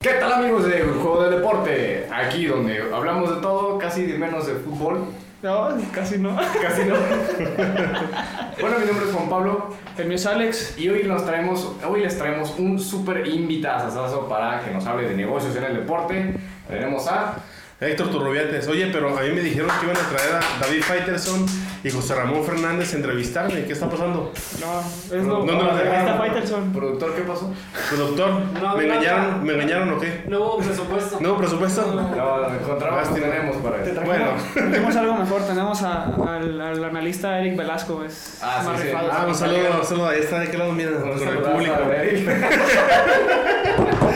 ¿Qué tal amigos de Juego del Deporte? Aquí donde hablamos de todo, casi de menos de fútbol, No, casi no. casi no. bueno, mi nombre es Juan Pablo El mío es Alex. y hoy nos traemos, hoy les traemos un súper invitado para que nos hable de negocios en el deporte. Tenemos a... Héctor Turrubiates, oye, pero a mí me dijeron que iban a traer a David Faitelson y José Ramón Fernández a entrevistarme. ¿Qué está pasando? No, es lo. No, no, no, ahí está no. Faitelson. Productor, ¿qué pasó? Pues, doctor, No, ¿me no, engañaron? no. ¿Me engañaron o qué? No hubo presupuesto. ¿No presupuesto? No, encontramos, Lástima. tenemos para Te él. Bueno. Tenemos algo mejor. Tenemos a- al, al analista Eric Velasco. Es Ah, sí, más sí. rifado. Ah, un saludo, un saludo. Ahí está, de qué lado mira, con el eh. público.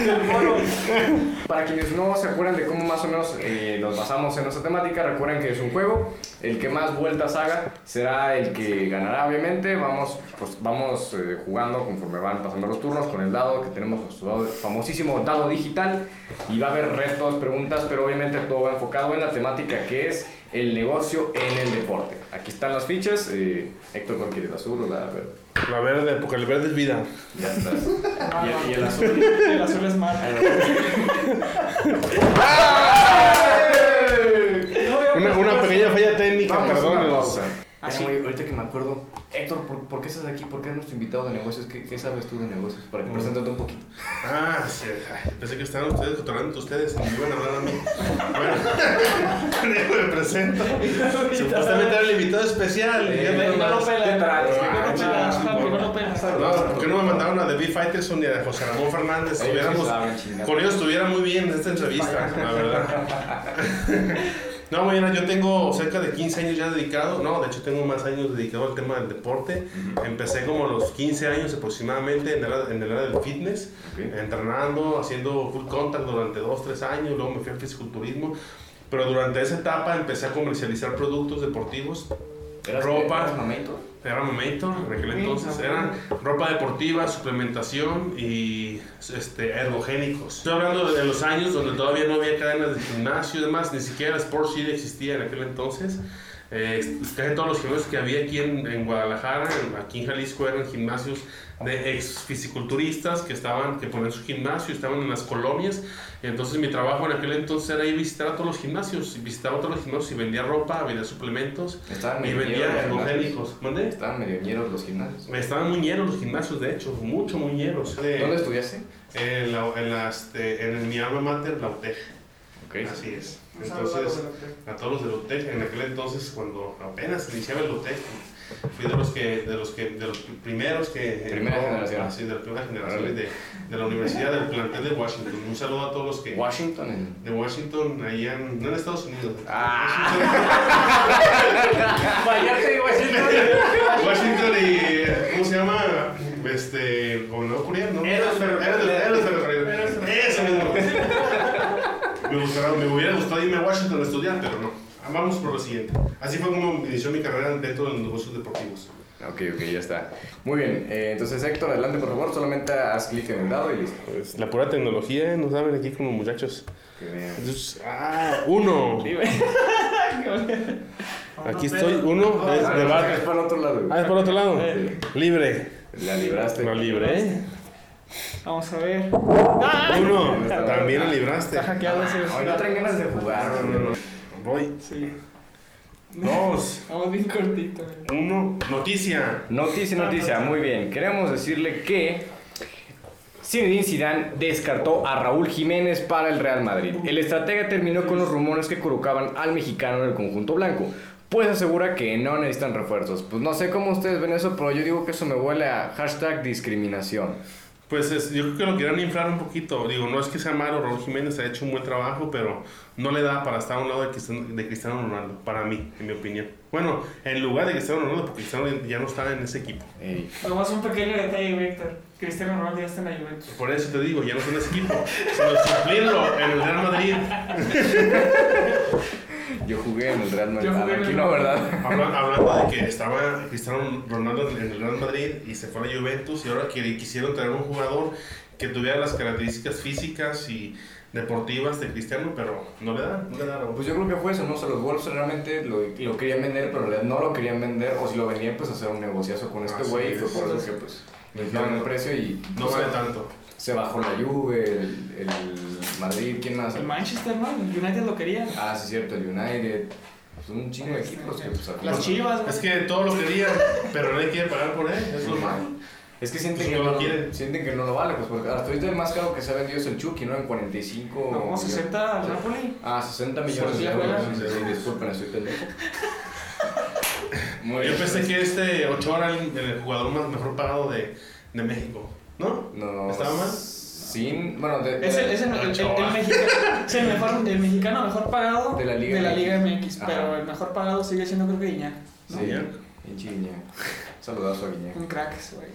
Para quienes no se acuerdan de cómo más o menos eh, nos basamos en nuestra temática, recuerden que es un juego. El que más vueltas haga será el que ganará, obviamente. Vamos, pues, vamos eh, jugando conforme van pasando los turnos con el dado que tenemos, nuestro dado- famosísimo dado digital. Y va a haber retos, preguntas, pero obviamente todo va enfocado en la temática que es el negocio en el deporte. Aquí están las fichas. eh, Héctor, ¿cuál quieres? ¿La azul o la verde? La verde, porque el verde es vida. Ya estás. Ah, Y el- y el azul. El azul es más. Una, una pequeña falla técnica, Vamos, una perdónenos. pausa. Así. Déjame, ahorita que me acuerdo, Héctor, ¿por, por qué estás aquí? ¿Por qué eres nuestro invitado de negocios? ¿Qué, qué sabes tú de negocios? Para que Mm. preséntate un poquito. Ah, sí. ay, Pensé que estaban ustedes controlando entre ustedes y me iban a hablar a mí. Bueno, dejo de presento. Supuestamente era el invitado especial. Eh, ya no No lo más. pelas. No lo Ah, pelas, Pablo, no lo pelas. No, ¿por qué no me mandaron a David Faitelson ni a José Ramón Fernández? Ellos Hubiéramos- sí saben, chingada. con ellos estuviera muy bien esta entrevista, la verdad. No, bueno, yo tengo cerca de 15 años ya dedicado, no, de hecho tengo más años dedicado al tema del deporte. Empecé como a los 15 años aproximadamente en el, área- en el área del fitness, Ok. entrenando, haciendo full contact durante 2, 3 años, luego me fui al fisiculturismo. Pero durante esa etapa empecé a comercializar productos deportivos ¿Eras- Ropa. eras mamento? era momento, en aquel entonces eran ropa deportiva, suplementación y este, ergogénicos. Estoy hablando de los años donde todavía no había cadenas de gimnasio y demás, ni siquiera Sport City existía en aquel entonces. Eh, casi todos los gimnasios que había aquí en, en Guadalajara, en- aquí en Jalisco, eran gimnasios de ex fisiculturistas que estaban, que ponían su gimnasio, estaban en las colonias. Entonces mi trabajo en aquel entonces era ir a visitar a todos los gimnasios, visitaba todos los gimnasios y vendía ropa, vendía suplementos Estaban y medio ñeros vendía Ah, los gimnasios. ergogénicos. ¿Mande? Estaban medio ñeros los gimnasios. Me Estaban muy llenos los gimnasios, de hecho, mucho muy llenos. ¿Dónde estudiaste? En, la- en las, eh, en el- mi alma mater, la UTEG. Ok. Ah, Así es. Entonces, a todos los de la UTEG, en aquel entonces, cuando apenas iniciaba el UTEG, fui de los, que, de los, que, de los primeros que... Primera generación. Así, de la primera generación y de, de la Universidad del plantel de Washington. Un saludo a todos los que... Washington. en- De Washington, allá en, no en Estados Unidos. Ah. Washington y. ¿Cómo se llama? Este. Gobernador Curiel, ¿no? Héroes Ferrocarril. Héroes del- Héroes Ferrocarril. Eso mismo. Me, gustara- me hubiera gustado irme a Washington a estudiar, pero no. Vamos por lo siguiente. Así fue como inició mi carrera dentro de los negocios deportivos. Ok, ok, ya está. Muy bien, eh, entonces Héctor, adelante por favor, solamente haz clic en el dado y listo. Pues, la pura tecnología, ¿no saben aquí como muchachos? Que vean. ah, uno. Aquí estoy, uno es Ah, Ah, no, es para el otro lado. güey. por otro lado. Sí. Libre. La libraste. libré. Vamos a ver. ¡Ah! Uno. Ah, También la libraste. Está hackeado ese. Ay, no traen ganas de jugar, güey. Voy. Sí. Dos. Vamos bien cortito. Uno, noticia. Noticia, noticia, muy bien. Queremos decirle que Zinedine Zidane descartó a Raúl Jiménez para el Real Madrid. El estratega terminó con los rumores que colocaban al mexicano en el conjunto blanco. Pues asegura que no necesitan refuerzos. Pues no sé cómo ustedes ven eso, pero yo digo que eso me huele a hashtag discriminación. Pues es- yo creo que lo querían inflar un poquito. Digo, no es que sea malo, Raúl Jiménez ha hecho un buen trabajo, pero no le da para estar a un lado de Cristiano, de Cristiano Ronaldo, para mí, en mi opinión. Bueno, en lugar de Cristiano Ronaldo, porque Cristiano ya no está en ese equipo. Ey, Nomás un pequeño detalle, Víctor. Cristiano Ronaldo ya está en la Juventus. Por eso te digo, ya no está en ese equipo. Sino suplirlo en el Real Madrid. yo jugué en el Real Madrid. Yo jugué en el Aquí no, Real ¿verdad? Habla- hablando de que estaba Cristiano Ronaldo en el Real Madrid y se fue a la Juventus y ahora que quisieron traer un jugador que tuviera las características físicas y deportivas de Cristiano, pero no le da, no le da. Raúl. Pues yo creo que fue eso, ¿no? O sea, los Wolves realmente lo, lo querían vender, pero en realidad no lo querían vender, o si lo vendían, pues hacer un negociazo con este Así güey, y fue es. por eso que pues inflaron el precio y... No o sea, vale tanto. se bajó la Juve, el, el Madrid, ¿quién más? El Manchester, ¿no? El United lo quería. Ah, sí, cierto, el United. Son un chingo de equipos que pues, al Las final- chivas, güey. Es que todo lo quería, pero nadie quiere pagar por él. Es lo malo. Es que sienten Pues que, no lo no, quieren. sienten que no lo vale, pues porque hasta ahorita el más caro que se ha vendido es el Chucky, ¿no? En 45 No, millones. 60 al Napoli. Ah, 60 millones Sí, de la euros. juega. Sí, disculpen, estoy pendejo. Muy Yo bien. pensé que este Ochoa era el, el jugador más mejor pagado de, de México, ¿no? No. ¿Estaba mal? Sin. Bueno, de, Es el, es el, el- el- el mexicano, es el, mejor, el mexicano mejor pagado De la Liga MX, Ajá. pero el mejor pagado sigue siendo creo que Iñak. ¿no? Sí, Guiñac. en Chiña. Saludazo a Guiñac. Un crack ese güey.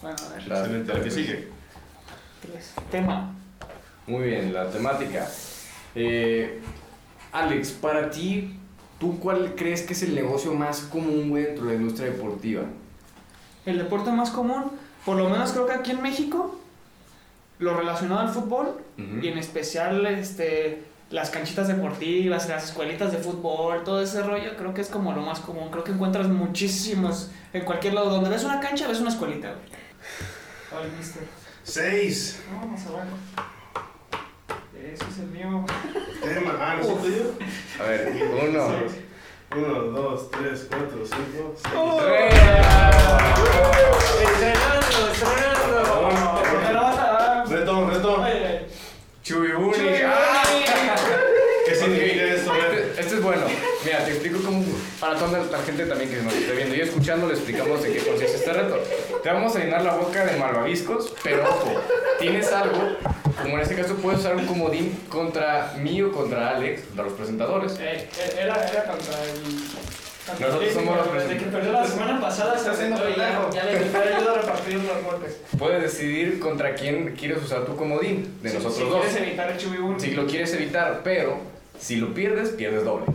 Bueno, a ver, Excelente, la que sigue. tres. Tema. Muy bien, la temática. Eh, Alex, para ti, ¿tú cuál crees que es el negocio más común güey, dentro de la industria deportiva? El deporte más común, por lo menos creo que aquí en México, lo relacionado al fútbol, Ujú. y en especial este las canchitas deportivas, las escuelitas de fútbol, todo ese rollo, creo que es como lo más común. Creo que encuentras muchísimos en cualquier lado. Donde ves una cancha, ves una escuelita, güey. Ay, mister. Seis. No, más abajo. Eso es el mío. Tema. Ah, ¿no es el tuyo? A ver, uno. Seis. Uno, dos, tres, cuatro, cinco, seis. ¡Oh! Tres. Reto, reto. Chubibuni. ¿Qué significa Ok, eso? A ver. Este, este es bueno. Mira, te explico cómo. Para toda la gente también que nos esté viendo y escuchando, le explicamos de qué consiste este reto. Te vamos a llenar la boca de malvaviscos, pero ojo, tienes algo. Como en este caso, puedes usar un comodín contra mí o contra Alex, contra los presentadores. Era, era contra el. contra Nosotros el- somos los Desde que perdió la semana pasada se haciendo ya, ya le ayudé a repartir los golpes. Puedes decidir contra quién quieres usar tu comodín, de Si- nosotros si dos. quieres evitar el chubibun. Si lo quieres evitar, pero si lo pierdes, pierdes doble.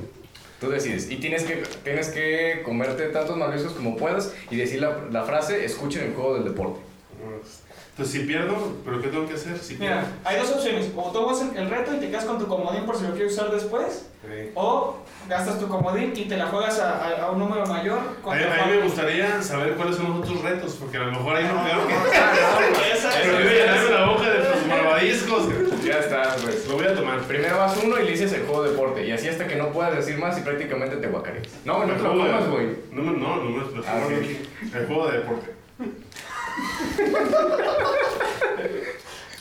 Tú decides. Y tienes que, tienes que comerte tantos malvaviscos como puedas y decir la, la frase, escuchen el juego del deporte. Entonces, si pierdo, ¿pero qué tengo que hacer? Si Mira, hay dos opciones. O tomas el, el reto y te quedas con tu comodín por si lo quieres usar después. pierdo. Ok. O gastas tu comodín y te la juegas a, a- a un número mayor. A mí, contra a mí me Juan. gustaría saber cuáles son los otros retos, porque a lo mejor ahí no creo que. Esa- Pero yo voy a llenarme la boca de tus malvadiscos. Ya está, pues. Lo voy a tomar. Primero vas uno y le dices el juego de deporte. Y así hasta que no puedas decir más y prácticamente te guacareas. No, no te lo comas, güey. No, no, no, no, no, no, Ah, no, ok. El juego de deporte.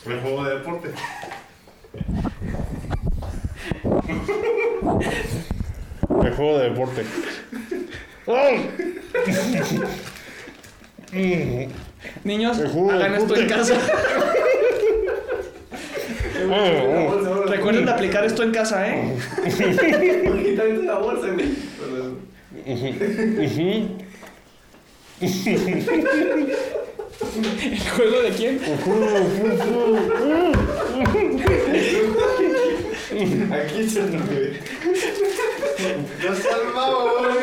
El juego de deporte. El juego de deporte. Niños, El jugo de hagan esto en casa. Recuerden de aplicar esto en casa, ¿eh? Quitando la bolsa, güey. ¿El juego de quién? Aquí se lo güey. ¡Ya salvado, güey!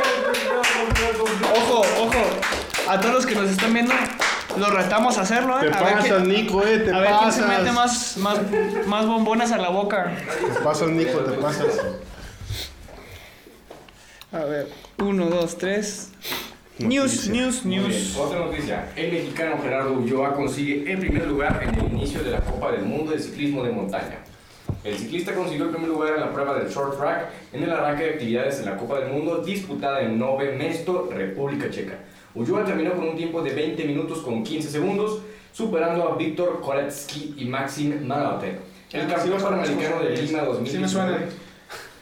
Ojo, ojo. A todos los que nos están viendo, los retamos a hacerlo, ¿eh? Te a ver, pasas, quién- Nico, eh, te a ver quién pasas. se mete más, más, más bombonas a la boca. Te pasas, Nico, te pasas. A ver, uno, dos, tres. News, news, Muy bien. news. Otra noticia. El mexicano Gerardo Ulloa consigue el primer lugar en el inicio de la Copa del Mundo de Ciclismo de Montaña. El ciclista consiguió el primer lugar en la prueba del short track en el arranque de actividades en la Copa del Mundo disputada en Nove Mesto, República Checa. Ulloa terminó con un tiempo de 20 minutos con 15 segundos, superando a Víctor Koretsky y Maxim Malate. Ah, El campeón panamericano de Lima 2019 Sí me suena.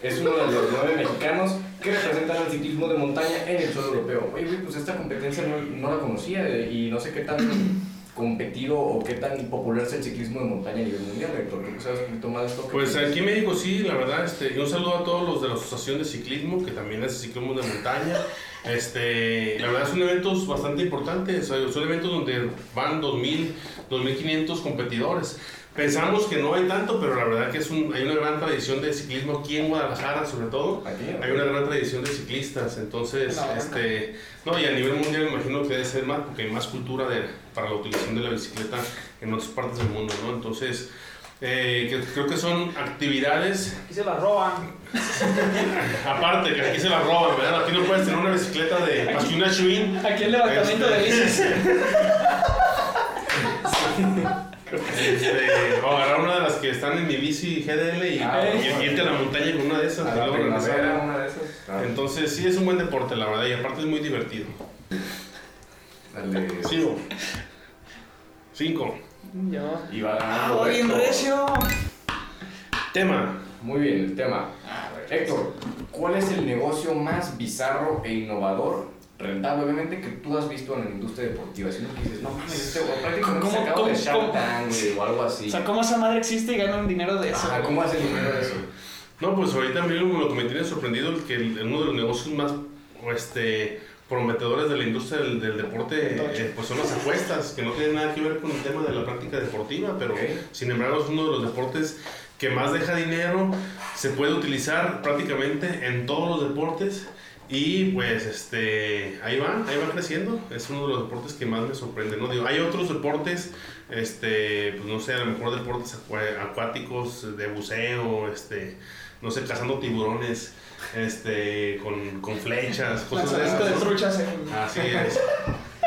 es uno de los nueve mexicanos que representan al ciclismo de montaña en el suelo europeo. Oye, güey, pues esta competencia no, no la conocía eh, y no sé qué tan competido o qué tan popular es el ciclismo de montaña a nivel mundial, güey, porque tú sabes un poquito más de esto. que- Pues aquí en México sí, la verdad, este, y un saludo a todos los de la Asociación de Ciclismo, que también hace ciclismo de montaña. Este, la verdad son eventos bastante importantes, o sea, son eventos donde van 2.000, 2.500 competidores. Pensamos que no hay tanto, pero la verdad que es un- hay una gran tradición de ciclismo aquí en Guadalajara, sobre todo. Aquí, ¿no? Hay una gran tradición de ciclistas, entonces, La banca. este, no, y a nivel mundial me imagino que debe ser más, porque hay más cultura de, para la utilización de la bicicleta en otras partes del mundo, ¿no? Entonces, eh, que- creo que son actividades, Aquí se la roban. aparte, que aquí se la roban, ¿verdad? Aquí no puedes tener una bicicleta de más que una Shuin. Aquí el levantamiento de bicis. Este, o agarrar una de las que están en mi bici GDL y, Ah, y- bueno. y irte a la montaña con una de esas. A y la luego regresar. primavera, una de esas. Ah, Entonces, sí es un buen deporte, la verdad, y aparte es muy divertido. dale. Sigo. Cinco. Yo. Y va ¡Ah, ganando voy bien Héctor. recio! Tema. Muy bien, el tema. Héctor, ¿cuál es el negocio más bizarro e innovador, rentable obviamente, que tú has visto en la industria deportiva? Si no que dices, no mames, este güey prácticamente ¿Cómo- sacado cómo- de Shark cómo? Tank, güey, o algo O así. sea, ¿cómo esa madre existe y gana un dinero de eso? Ajá, Ah, ¿cómo hace el dinero de eso? No, pues ahorita mismo lo que me tiene sorprendido es que el- uno de los negocios más este, prometedores de la industria del, del deporte eh, pues son las apuestas, que no tienen nada que ver con el tema de la práctica deportiva, pero Ok. sin embargo es uno de los deportes que más deja dinero, se puede utilizar prácticamente en todos los deportes y pues este ahí va, ahí va creciendo, es uno de los deportes que más me sorprende, ¿no? Digo, hay otros deportes, este, pues no sé, a lo mejor deportes acua- acuáticos, de buceo, este, no sé, cazando tiburones, este, con, con flechas, cosas de Lanzamiento de esas. truchas en- Así es.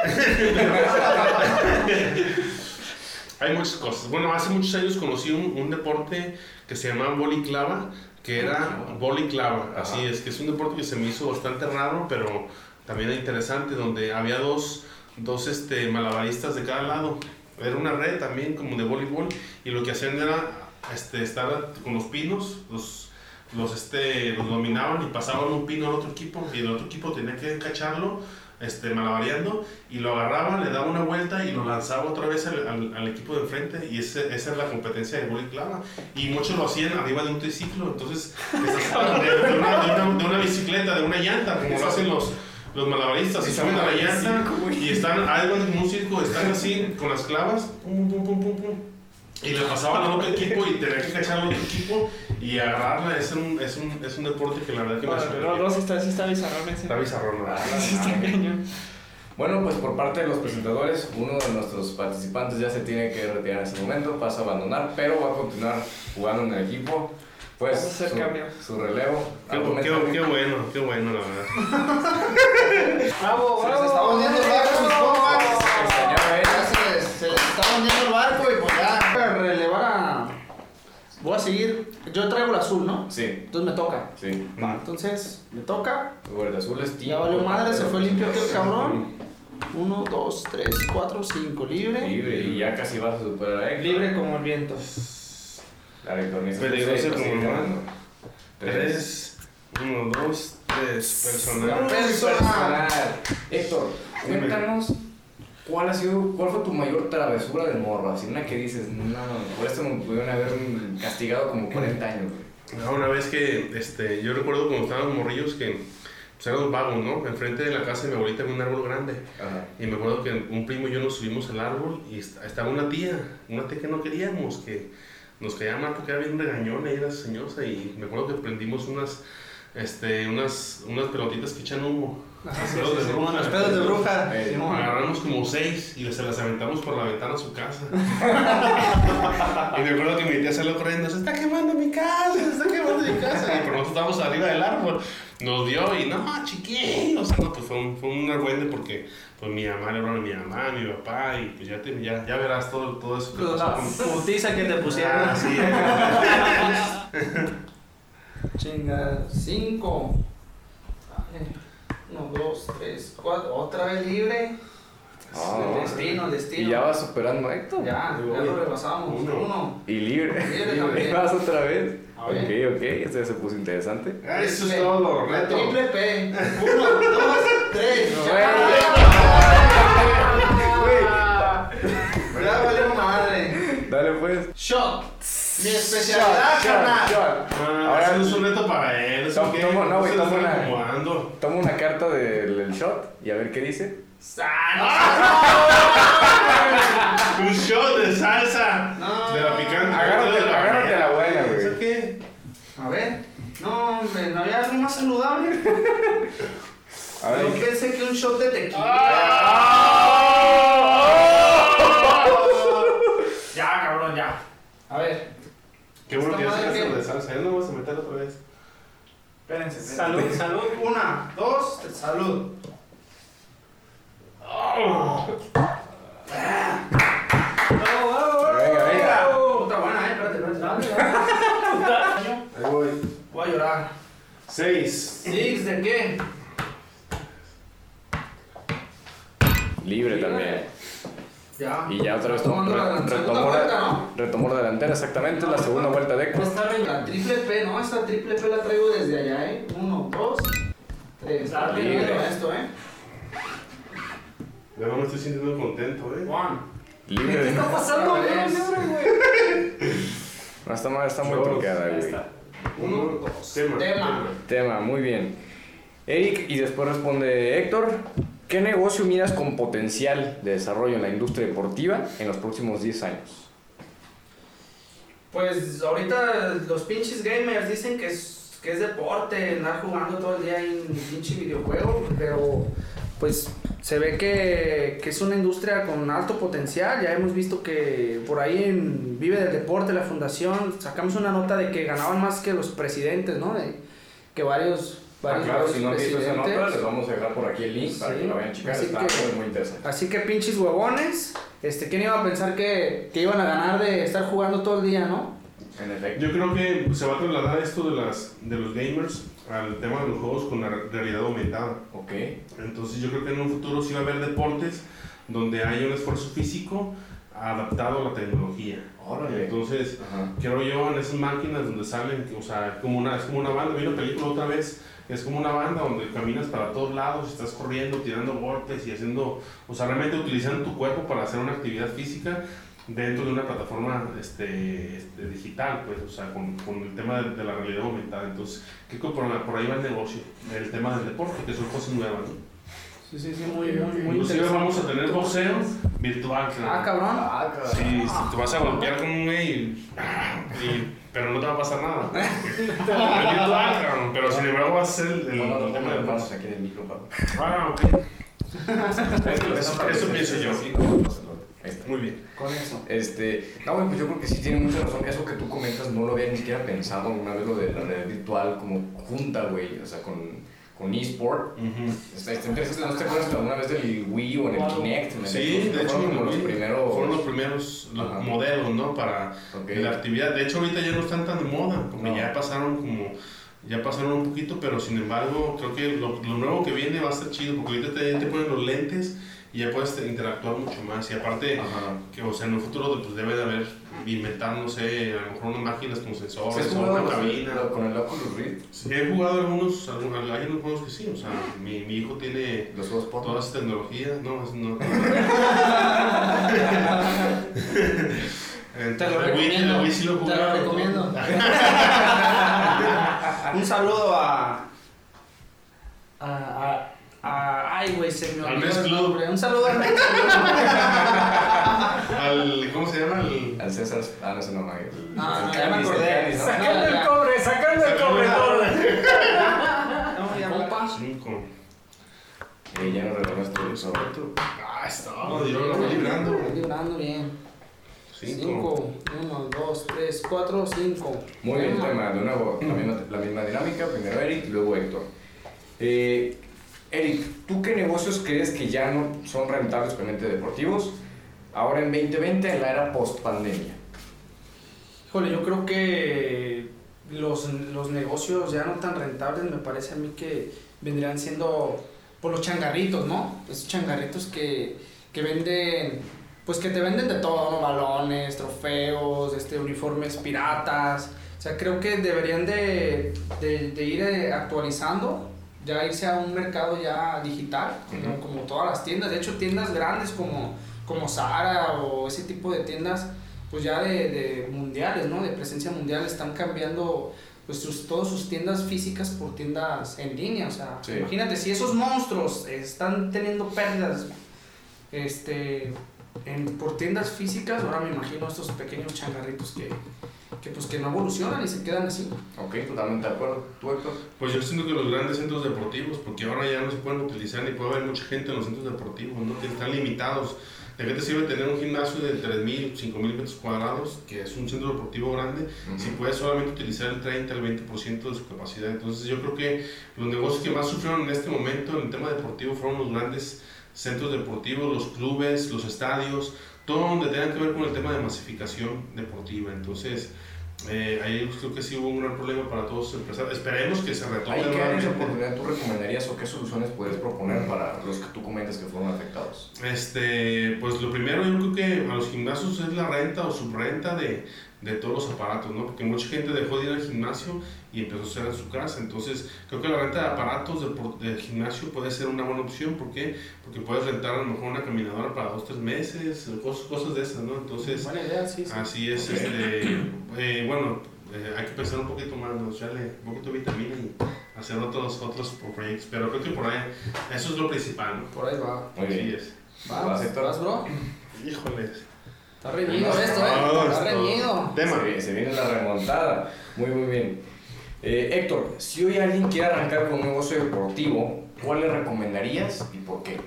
Hay muchas cosas. Bueno, hace muchos años conocí un, un deporte que se llamaba boliclava, que era boliclava, Ajá. así es, que es un deporte que se me hizo bastante raro, pero también era interesante, donde había dos, dos este, malabaristas de cada lado. Era una red también como de voleibol y lo que hacían era este, estar con los pinos, los, los, este, los dominaban y pasaban un pino al otro equipo y el otro equipo tenía que cacharlo este, malabareando y lo agarraba, le daba una vuelta y lo lanzaba otra vez al, al- al equipo de enfrente y ese- esa es la competencia de voleibol clava y muchos lo hacían arriba de un triciclo entonces estás- de, de una, de una- de una bicicleta, de una llanta como lo hacen los, los malabaristas se Sí, suben a la sí, llanta güey. y están algo en un circo están así con las clavas pum pum pum pum pum y le pasaban al otro equipo y tenía que cachar al otro equipo y agarrarla es un, es un, es un deporte que la verdad que me Bueno, no, sorprendió no, sí está, sí está bizarrón ese. está bizarrón la verdad. Sí está cañón. Ah, Bueno, pues por parte de los presentadores, uno de nuestros participantes ya se tiene que retirar en este momento, pasa a abandonar, pero va a continuar jugando en el equipo. Pues Vamos a hacer cambio. su, su relevo. Qué, bu- qué, Argumenta- qué bueno, qué bueno la verdad ¡Bravo, Se bravo! les está hundiendo el barco a mis compas. El señor, eh. Ya se les, se les está hundiendo el barco y pues ya. Voy a Relevar a. Voy a seguir. Yo traigo el azul, ¿no? Sí, Entonces me toca. sí. Va, entonces me toca. Verde Pues, azul es pues, Ya tío. valió madre, se fue limpio aquel cabrón. Uno, dos, tres, cuatro, cinco, libre. pues, Libre, y ya casi vas a superar a Héctor. Libre como el viento. La victoriosa. Peligroso Sí, como sí, el ganando. Tres. 3, 1, 2, 3, Una personal. Personal. persona. Héctor, cuéntanos cuál ha sido, cuál fue tu mayor travesura de morro, así una que dices, no, por esto me pudieron haber castigado como 40 años. güey". Ah, Una vez que, este, yo recuerdo cuando estábamos morrillos que pues, éramos vagos, ¿no? Enfrente de la casa de mi abuelita había un árbol grande. Ajá. Y me acuerdo que un primo y yo nos subimos al árbol y est- estaba una tía, una tía que no queríamos, que nos caía mal porque era bien regañona y era señosa. Y me acuerdo que prendimos unas, este, unas, unas pelotitas que echan humo. Los pelos de bruja. Los pedos de bruja. Eh, Simón. Agarramos como seis y se las aventamos por la ventana a su casa. y me acuerdo que mi tía salió corriendo, se está quemando mi casa, se está quemando mi casa. Y pero nosotros estábamos arriba del árbol. Nos dio y no, chiquillos. O sea, no, pues fue un, fue un argüende porque pues mi mamá le habló a mi mamá, a mi papá y pues ya, te- ya, ya verás todo, todo eso que pasó La con- putiza que te Pues pusieron. Ah, sí. Chinga, 5. 1, 2, 3, 4. Otra vez libre. Ah, el destino, el destino. Y ya vas superando a Héctor. Ya, ya lo repasamos. Uno. 1. Y libre. Ah, Libre también. vas otra vez. A ver. Ok, ok, esto se puso interesante. Ah, Eso es todo, reto. Triple P. 1, 2, 3. Bueno. Ya valió madre. Dale pues. Shot. Mi especialidad, carnal. Shot, shot. Ah, Ahora- eso no es un reto para él. eso Tomo- qué, tomo- no, güey, se lo tomo están una- acomodando. Toma una carta del del shot y a ver qué dice. Un show de salsa. No. De la picante. Agárrate- De la agárrate manera. la buena, güey. ¿Eso qué? A ver. No, hombre, no había algo más saludable. A ver, Yo ¿qué- pensé que un shot de tequila. ¡Ah! Ya, cabrón, ya. A ver. Qué bueno que ya Esta se madre hizo que- de salsa. Ya no vas a meter otra vez. Espérense. Salud, salud. Una, dos, tres, salud. Ah. Venga, Oh, eh. Seis. ¿Six de qué? Libre también. Ya. Y ya otra vez Tomando re- la segunda retomó, vuelta, la, ¿no? retomó la delantera, exactamente, la segunda vuelta de Eco. Esta venga, triple P, ¿no? Esta triple P la traigo desde allá, ¿eh? Uno, dos, tres. Dale, Libre. dale a esto, ¿eh? Ya no me estoy sintiendo contento, eh. One. Libre. pasando? No, está, mal, está muy Dos. truqueada, Ahí güey. está. Uno, dos. Tema. Tema. Tema, muy bien. Eric, y después responde Héctor. ¿Qué negocio miras con potencial de desarrollo en la industria deportiva en los próximos 10 años? Pues ahorita los pinches gamers dicen que es, que es deporte andar jugando todo el día en pinche videojuego, pero pues se ve que, que es una industria con alto potencial. Ya hemos visto que por ahí en Vive del Deporte, la fundación, sacamos una nota de que ganaban más que los presidentes, ¿no? De, que varios, varios, Ah, claro, varios si no han visto esa nota, presidentes. les vamos a dejar por aquí el link para Sí, que lo vayan a checar. así Está que- muy, muy interesante. Así que pinches huevones, este, ¿quién iba a pensar que, que iban a ganar de estar jugando todo el día, no? En efecto. Yo creo que se va a trasladar esto de, las, de los gamers al tema de los juegos con la realidad aumentada. Ok. Entonces yo creo que en un futuro sí va a haber deportes donde haya un esfuerzo físico adaptado a la tecnología. Órale. Entonces, Ajá. creo yo en esas máquinas donde salen, o sea, como una, es como una banda, vi una película otra vez, es como una banda donde caminas para todos lados, estás corriendo, tirando golpes y haciendo, o sea, realmente utilizando tu cuerpo para hacer una actividad física dentro de una plataforma este, este, digital, pues, o sea, con, con el tema de, de la realidad aumentada. Entonces, creo que por, la- por ahí va el negocio, el tema del deporte, que son cosas nuevas, ¿no? Sí, sí, sí, muy, muy, muy Inclusive interesante. vamos a tener boxeo virtual. claro. Ah, cabrón. Sí, si te vas a golpear con un güey, y- y- pero no te va a pasar nada. Pero virtual, cabrón, pero sin embargo vas a ser el, el Bueno, no tema pongan de las manos paso. aquí en el micro, papá. Ah, ok. Eso, eso- eso pienso yo. Ahí está. Muy bien. Con eso. Este, no, güey, pues yo creo que sí tiene mucha razón. Eso que tú comentas no lo había ni siquiera pensado alguna vez, lo de la red virtual como junta, güey, o sea, con, con eSport. Está, está interesante, ¿no te acuerdas alguna vez del Wii o en el Kinect? ¿Me Sí, entiendes? de hecho, Fueron como los vi- primeros. fueron los primeros los Ajá. modelos, ¿no? Para Ok. la actividad. De hecho, ahorita ya no están tan de moda, porque No. ya pasaron como. Ya pasaron un poquito, pero sin embargo, creo que lo, lo nuevo que viene va a estar chido, porque ahorita te, te ponen los lentes y ya puedes interactuar mucho más. Y aparte, Ajá. que o sea, en un futuro pues, debe de haber inventar, no sé, a lo mejor unas máquinas con ¿Sí has sensores o jugado una los- cabina. lo- con el Oculus Rift? Sí, he jugado algunos, algunos, hay unos juegos que sí, o sea, mi, mi hijo tiene Los juegos porno. todas las tecnologías, no, es- no. Te lo El Wii- el Wii sí lo he recomiendo. Te lo jugado. recomiendo. Un saludo a. A. a, a ay, güey, se me Al olvidó. Men's el Club. nombre. Un saludo al Men's Club. Al, ¿Cómo se llama? El, Al César. Ah, no, ese no, no. el- Ah, el ya me Cádiz, el acordé. Cádiz, ¿no? Sacando el cobre. sacando el corredor. No, ya no. cinco. Eh, ya no reconozco eso. Ah, estaba, yo lo estoy librando. Estoy librando bien. Cinco. Cinco. Uno, dos, tres, cuatro, cinco. Muy bien, tema, de nuevo, la misma, la misma dinámica, primero Eric, luego Héctor. Eh, Eric, ¿tú qué negocios crees que ya no son rentables, obviamente deportivos, ahora en 2020, en la era post-pandemia? Híjole, yo creo que los, los negocios ya no tan rentables me parece a mí que vendrían siendo por los changarritos, ¿no? Esos changarritos que, que venden, pues que te venden de todo, ¿no? Balones, trofeos, este, uniformes piratas. O sea, creo que deberían de, de- de ir eh, actualizando, ya irse a un mercado ya digital, como, Ujú. como todas las tiendas. De hecho, tiendas grandes como, como Zara o ese tipo de tiendas pues ya de, de mundiales, ¿no? De presencia mundial están cambiando pues sus, todas sus tiendas físicas por tiendas en línea, o sea, Sí. imagínate si esos monstruos están teniendo pérdidas este en, por tiendas físicas, ahora me imagino estos pequeños changarritos que, que pues que no evolucionan y se quedan así. Ok, totalmente de acuerdo. ¿Tú, Héctor? Pues yo siento que los grandes centros deportivos, porque ahora ya no se pueden utilizar ni puede haber mucha gente en los centros deportivos, ¿no? Que están limitados. ¿De qué te sirve tener un gimnasio de 3.000, 5.000 metros cuadrados, que es un centro deportivo grande, si puedes solamente utilizar el 30, el 20% de su capacidad? Entonces yo creo que los negocios que más sufrieron en este momento en el tema deportivo fueron los grandes centros deportivos, los clubes, los estadios, todo donde tenga que ver con el tema de masificación deportiva. Entonces, Eh, ahí pues, creo que sí hubo un gran problema para todos los empresarios. Esperemos que se retome Ahí qué áreas de nuevamente. oportunidad tú recomendarías o qué soluciones podrías proponer para los que tú comentas que fueron afectados? Este, pues lo primero yo creo que a los gimnasios es la renta o subrenta de, de todos los aparatos, ¿no? Porque mucha gente dejó de ir al gimnasio y empezó a hacer en su casa. Entonces, creo que la renta de aparatos de por- del gimnasio puede ser una buena opción. ¿Por qué? Porque puedes rentar a lo mejor una caminadora para dos, tres meses, cosas, cosas de esas, ¿no? Entonces, Buena idea, sí. Ah. así sí. es. Ok. Este, eh, bueno, eh, hay que pensar un poquito más, ¿no? echarle un poquito de vitamina y hacer otros, otros proyectos. Pero creo que por ahí, eso es lo principal, ¿no? Por ahí va. Muy bien. Así es. ¿Vas, Vas, Héctor? vas, bro. Híjoles. Está reñido esto, No, eh. Está esto- reñido. Tema. Se, viene- se viene la remontada. Muy, muy bien. Eh, Héctor, si hoy alguien quiere arrancar con un negocio deportivo, ¿cuál le recomendarías y por qué?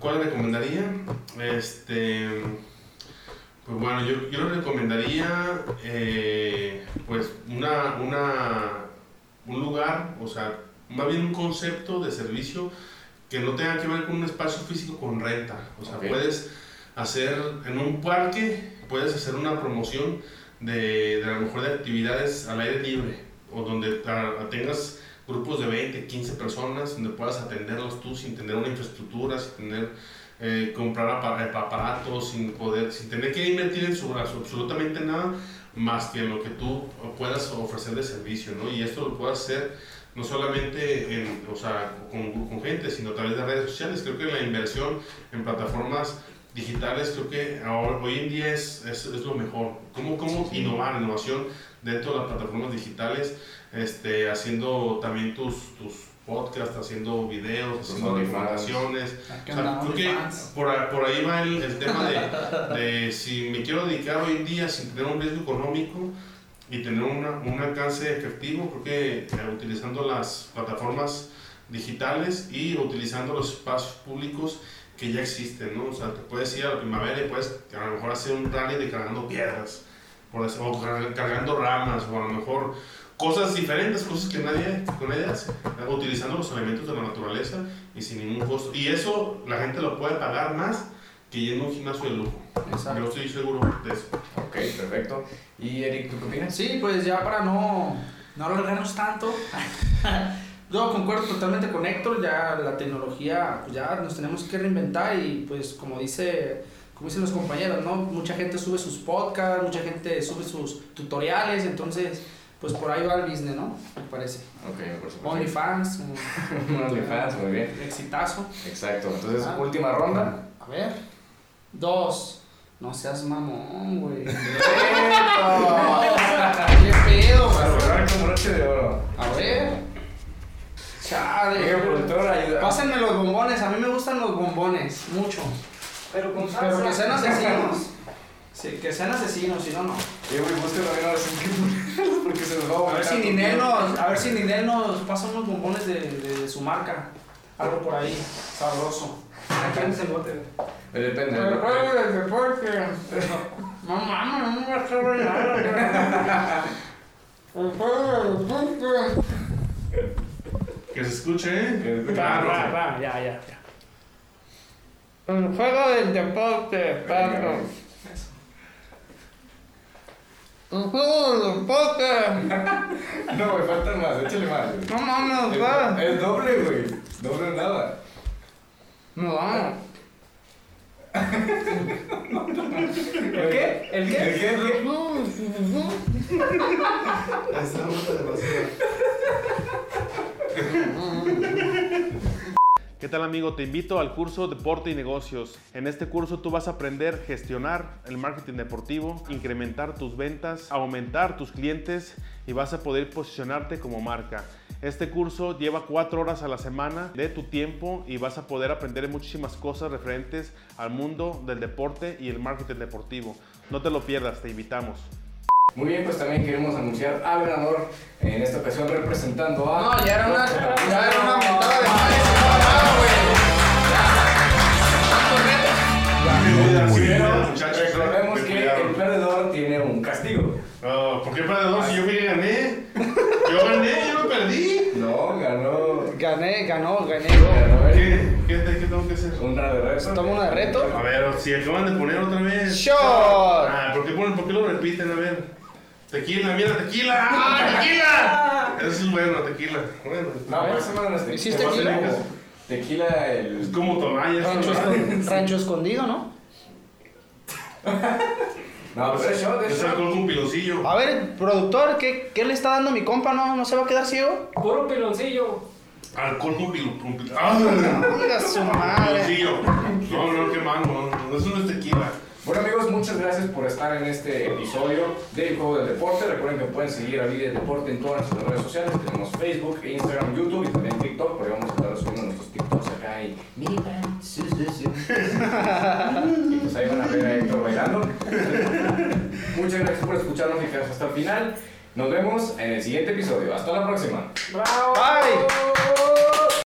¿Cuál recomendaría? Este. Pues bueno, yo, yo le recomendaría. eh, pues una, una. Un lugar, o sea, más bien un concepto de servicio que no tenga que ver con un espacio físico con renta. O sea, Ok. puedes hacer en un parque, puedes hacer una promoción de, de a lo mejor de actividades al aire libre o donde ta- tengas grupos de 20, 15 personas donde puedas atenderlos tú sin tener una infraestructura, sin tener eh, comprar apa- aparatos, sin poder, sin tener que invertir en su brazo absolutamente nada más que lo que tú puedas ofrecer de servicio, ¿no? Y esto lo puedas hacer no solamente en, o sea, con, con gente, sino a través de redes sociales. Creo que la inversión en plataformas digitales, creo que ahora, hoy en día es, es, es lo mejor. ¿Cómo, cómo innovar, innovación dentro de las plataformas digitales, este, haciendo también tus, tus podcasts, haciendo videos, Tus haciendo OnlyFans. recomendaciones, Aquí o sea, andamos, creo que fans. por, a- por ahí va el, el tema de, de si me quiero dedicar hoy en día sin tener un riesgo económico y tener una- un alcance efectivo, creo que eh, utilizando las plataformas digitales y utilizando los espacios públicos que ya existen, ¿no? O sea, te puedes ir a la primavera y puedes a lo mejor hacer un rally de cargando piedras, por decir- o car- cargando ramas, o a lo mejor cosas diferentes, cosas que nadie, que nadie hace, utilizando los elementos de la naturaleza y sin ningún costo. Y eso la gente lo puede pagar más que yendo a un gimnasio de lujo. Exacto. Yo estoy seguro de eso. Ok, perfecto. ¿Y Eric, tú qué opinas? Sí, pues ya para no, no alargarnos tanto. Yo concuerdo totalmente con Héctor, ya la tecnología, pues ya nos tenemos que reinventar y pues como dice, como dicen los compañeros, ¿no? Mucha gente sube sus podcasts, mucha gente sube sus tutoriales, entonces pues por ahí va el business, ¿no? Me parece. Ok, me parece perfecto. OnlyFans, un Un OnlyFans, muy bien. exitazo. Exacto. Entonces, Ah. última ronda. A ver. Dos. No seas mamón, güey. ¡Esto! ¡Qué pedo, Para güey! cerrar con broche de oro. A ver. Venga, Chale. productor, ayuda. Pásenme los bombones, a mí me gustan los bombones, mucho. Pero con Pero que sean asesinos. Sí, que sean asesinos, si no, no. Eh, güey, búsquenlo bien ahora sí que porque se nos va a A ver aumentar si tu Ninel tiempo. nos, a ver si Ninel nos pasa unos bombones de, de su marca. Algo por ahí, sabroso. Aquí en ese bote. Eh, Depende. Pero, ¿no? güey, desde porque- No mames, no me va a saber nada. güey. Que se escuche, ¿eh? Que- Ah, Va, va, va, ya, ya, ya. El juego del deporte, ah. perros. El juego del deporte. Ah, No, güey, faltan más, échale más. güey. No mames, Es- Es doble, güey. Doble o nada. No vamos. ¿El qué? ¿El ¿El qué? qué? ¿El qué? ¿Qué tal amigo? Te invito al curso Deporte y Negocios. En este curso tú vas a aprender a gestionar el marketing deportivo, incrementar tus ventas, aumentar tus clientes y vas a poder posicionarte como marca. Este curso lleva cuatro horas a la semana de tu tiempo y vas a poder aprender muchísimas cosas referentes al mundo del deporte y el marketing deportivo. No te lo pierdas, te invitamos. Muy bien, pues también queremos anunciar al ganador en esta ocasión representando a. No, ya era una. Ya era una mentada de madre. Pero Muchachos, recordemos ten que cuidado. el perdedor tiene un castigo. Ah, ¿Por qué perdedor si yo fui y gané? Yo gané, yo no perdí. No, ganó. Gané, ganó, gané. ganó él. ¿Qué, qué, qué tengo que hacer? Una de reto. Toma una de reto. A ver, si acaban de poner otra vez. ¡Shot! Ah, ¿por qué, ponen- ¿por qué lo repiten? A ver. Tequila, mira, tequila. ¡Ah, tequila! Eso es bueno, tequila. Bueno, No, pues, pero eso no es ¿Hiciste tequila. tequila? como- Tequila el. es como tonalla. Ah, Rancho, escon- rancho escondido, ¿no? No, pero es shot, es Es shot. alcohol con piloncillo. Ah. A ver, productor, ¿qué, qué le está dando mi compa? ¿No, no se va a quedar ciego? Puro piloncillo. Alcohol con pilo- con pilo- ¡Ah! Oiga, su madre. piloncillo. No, no, qué malo. no, no, Eso no es tequila. Bueno amigos, muchas gracias por estar en este episodio del Juego del Deporte. Recuerden que pueden seguir a Vida del Deporte en todas nuestras redes sociales. Tenemos Facebook, Instagram, YouTube y también TikTok. Por ahí vamos a estar subiendo nuestros TikToks acá y... Mira, sí, sí, sí. Y pues ahí van a ver a Héctor bailando. Muchas gracias por escucharnos y quedarse hasta el final. Nos vemos en el siguiente episodio. Hasta la próxima. ¡Bravo! Bye.